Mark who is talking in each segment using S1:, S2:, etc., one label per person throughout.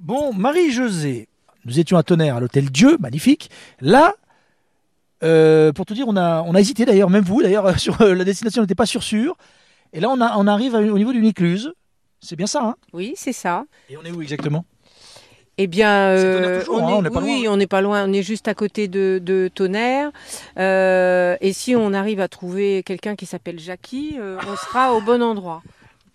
S1: Bon, Marie-Josée, nous étions à Tonnerre, à l'hôtel Dieu, magnifique. Là, euh, pour te dire, on a, on a hésité d'ailleurs, même vous d'ailleurs, sur euh, la destination, on n'était pas sûr sûr. Et là, on, a- on arrive à- au niveau d'une écluse. C'est bien ça, hein
S2: Oui, c'est ça.
S1: Et on est où exactement
S2: Eh bien,
S1: C'est Tonnerre
S2: euh,
S1: toujours, hein, on n'est pas
S2: oui,
S1: loin.
S2: oui, on n'est pas loin. On est juste à côté de, de Tonnerre. Euh, et si on arrive à trouver quelqu'un qui s'appelle Jackie, euh, on sera au bon endroit.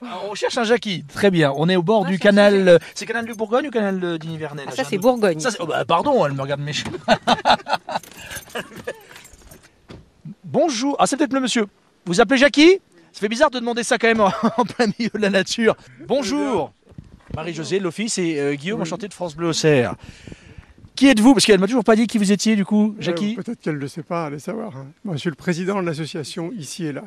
S1: Ah, On cherche un Jackie. Très bien, on est au bord
S2: Ah,
S1: du
S2: c'est un
S1: canal.
S2: sujet.
S1: euh, C'est canal du Bourgogne ou canal de- d'Inivernais
S2: Ah,
S1: là,
S2: ça,
S1: j'ai un
S2: c'est
S1: doute.
S2: Bourgogne.
S1: Ça, c'est- oh, bah, pardon, elle me regarde mes cheveux. Bonjour. Ah, c'est peut-être le monsieur. Vous appelez Jackie Ça fait bizarre de demander ça quand même en en plein milieu de la nature. Bonjour. Marie-Josée, l'office et euh, Guillaume, enchanté de France Bleu Auxerre. Qui êtes-vous Parce qu'elle m'a toujours pas dit qui vous étiez du coup, Jackie.
S3: Euh, Peut-être qu'elle ne le sait pas, allez savoir. hein. Moi, je suis le président de l'association Ici et là.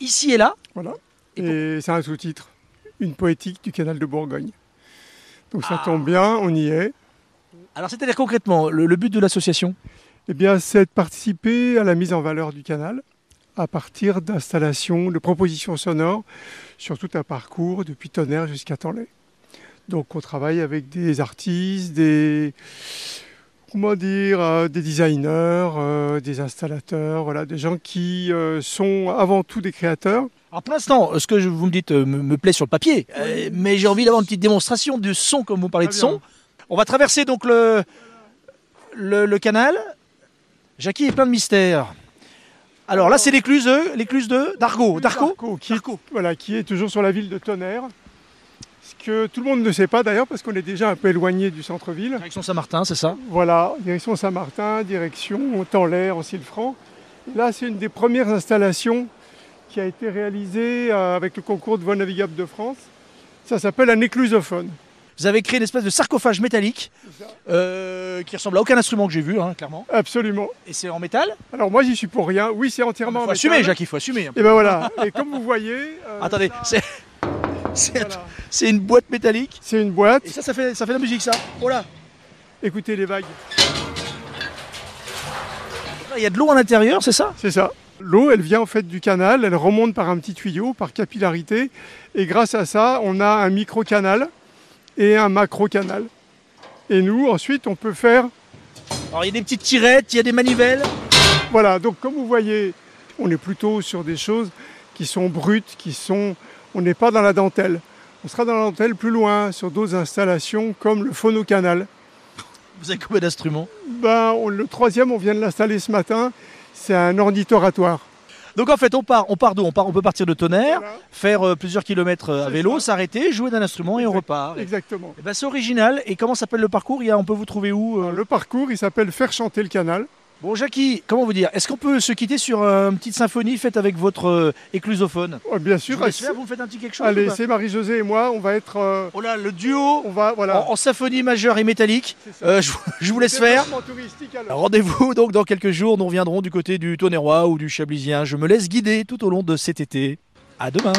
S1: Ici et là.
S3: Voilà.
S1: Et
S3: Et c'est un sous-titre Une poétique du canal de Bourgogne. Donc
S1: Ah.
S3: ça tombe bien, on y est.
S1: Alors, c'est-à-dire concrètement, le, le but de l'association
S3: Eh bien, c'est de participer à la mise en valeur du canal à partir d'installations, de propositions sonores sur tout un parcours depuis Tonnerre jusqu'à Tenlay. Donc, on travaille avec des artistes, des comment dire, euh, des designers, euh, des installateurs, voilà, des gens qui euh, sont avant tout des créateurs.
S1: Alors pour l'instant, ce que je- vous me dites euh, me, me plaît sur le papier, euh, mais j'ai envie d'avoir une petite démonstration du son, comme vous parlez de
S3: Très bien.
S1: son. On va traverser donc le, le, le canal. Jackie est plein de mystères. Alors là, c'est l'écluse, euh, l'écluse de d'Argo. D'Argo
S3: qui, Voilà, qui est toujours sur la ville de Tonnerre. Ce que tout le monde ne sait pas d'ailleurs parce qu'on est déjà un peu éloigné du centre-ville.
S1: Direction Saint-Martin, c'est ça
S3: Voilà, direction Saint-Martin, direction Tanlaire, en Silfranc. Et Là, c'est une des premières installations qui a été réalisée euh, avec le concours de voies navigables de France. Ça s'appelle un éclusophone.
S1: Vous avez créé une espèce de sarcophage métallique
S3: C'est ça.
S1: euh, qui ressemble à aucun instrument que j'ai vu, hein, clairement.
S3: Absolument.
S1: Et c'est en métal
S3: Alors moi, j'y suis pour rien. Oui, c'est
S1: Il
S3: entièrement
S1: faut
S3: en
S1: assumer,
S3: métal.
S1: Jackie, il faut assumer. hein.
S3: Et ben voilà. Et comme vous voyez, euh,
S1: Attendez,
S3: ça,
S1: c'est c'est-
S3: voilà.
S1: c'est une boîte métallique.
S3: c'est une boîte.
S1: Et ça, ça fait, ça fait de la musique, ça. Oh là
S3: Écoutez les vagues.
S1: Ah, Il y a de l'eau à l'intérieur, c'est ça
S3: C'est ça. L'eau, elle vient en fait du canal, elle remonte par un petit tuyau, par capillarité, et grâce à ça, on a un micro-canal et un macro-canal. Et nous, ensuite, on peut faire...
S1: Alors il y a des petites tirettes, il y a des manivelles.
S3: Voilà, donc comme vous voyez, on est plutôt sur des choses qui sont brutes, qui sont... On n'est pas dans la dentelle. On sera dans la dentelle plus loin, sur d'autres installations comme le phonocanal.
S1: Vous avez combien d'instruments
S3: Ben, on- le troisième, on vient de l'installer ce matin, c'est un ornithoratoire.
S1: Donc en fait on part, on part d'où on, part, on peut partir de tonnerre,
S3: Voilà,
S1: faire euh, plusieurs kilomètres euh, à
S3: C'est
S1: vélo,
S3: ça.
S1: s'arrêter, jouer d'un instrument et on
S3: Exact-
S1: repart. Et-
S3: exactement.
S1: Eh ben, c'est original. Et comment s'appelle le parcours Il y a- On peut vous trouver où euh
S3: Le parcours, il s'appelle Faire chanter le canal.
S1: Bon Jackie, comment vous dire Est-ce qu'on peut se quitter sur euh, une petite symphonie faite avec votre euh, éclusophone
S3: Oh, bien
S1: Je
S3: sûr.
S1: vous laisse faire, vous me faites un petit quelque chose ou
S3: Allez,
S1: pas
S3: c'est Marie-Josée et moi, on va être. euh,
S1: Oh là, le duo
S3: on va, voilà.
S1: en, en symphonie majeure et métallique.
S3: C'est ça.
S1: Euh, je, vous- je vous laisse faire.
S3: Développement touristique, alors.
S1: Rendez-vous donc dans quelques jours, nous reviendrons du côté du Tonnerrois ou du Chablisien. Je me laisse guider tout au long de cet été. À demain